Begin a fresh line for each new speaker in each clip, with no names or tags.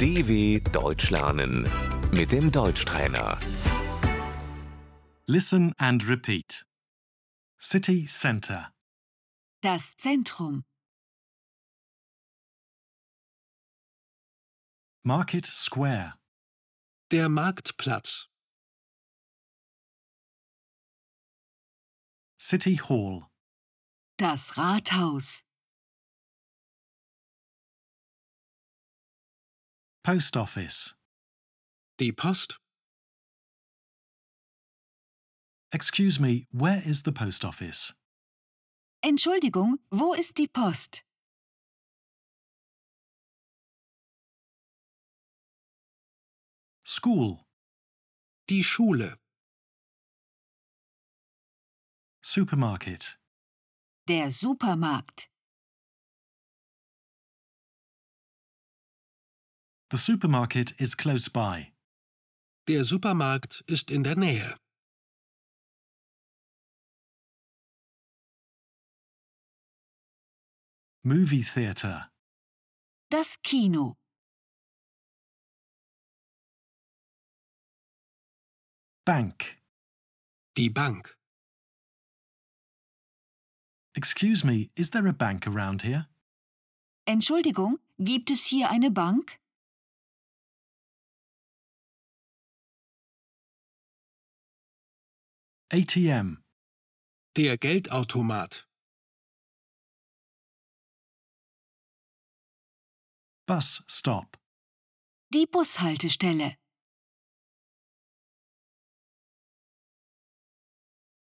DW Deutsch lernen mit dem Deutschtrainer.
Listen and repeat. City Centre.
Das Zentrum,
Market Square.
Der Marktplatz.
City Hall.
das Rathaus,
Post Office.
Die Post.
Excuse me, where is the post office?
Entschuldigung, wo ist die Post?
School.
Die Schule.
Supermarket.
Der Supermarkt,
The supermarket is close by.
Der Supermarkt ist in der Nähe.
Movie theatre.
das Kino,
Bank.
Die Bank.
Excuse me, is there a bank around here?
Entschuldigung, gibt es hier eine Bank?
ATM.
Der Geldautomat.
Bus stop.
Die Bushaltestelle,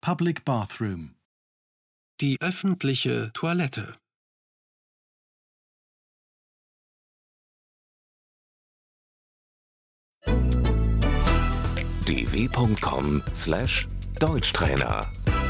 Public bathroom.
Die öffentliche Toilette.
dw.com/deutschtrainer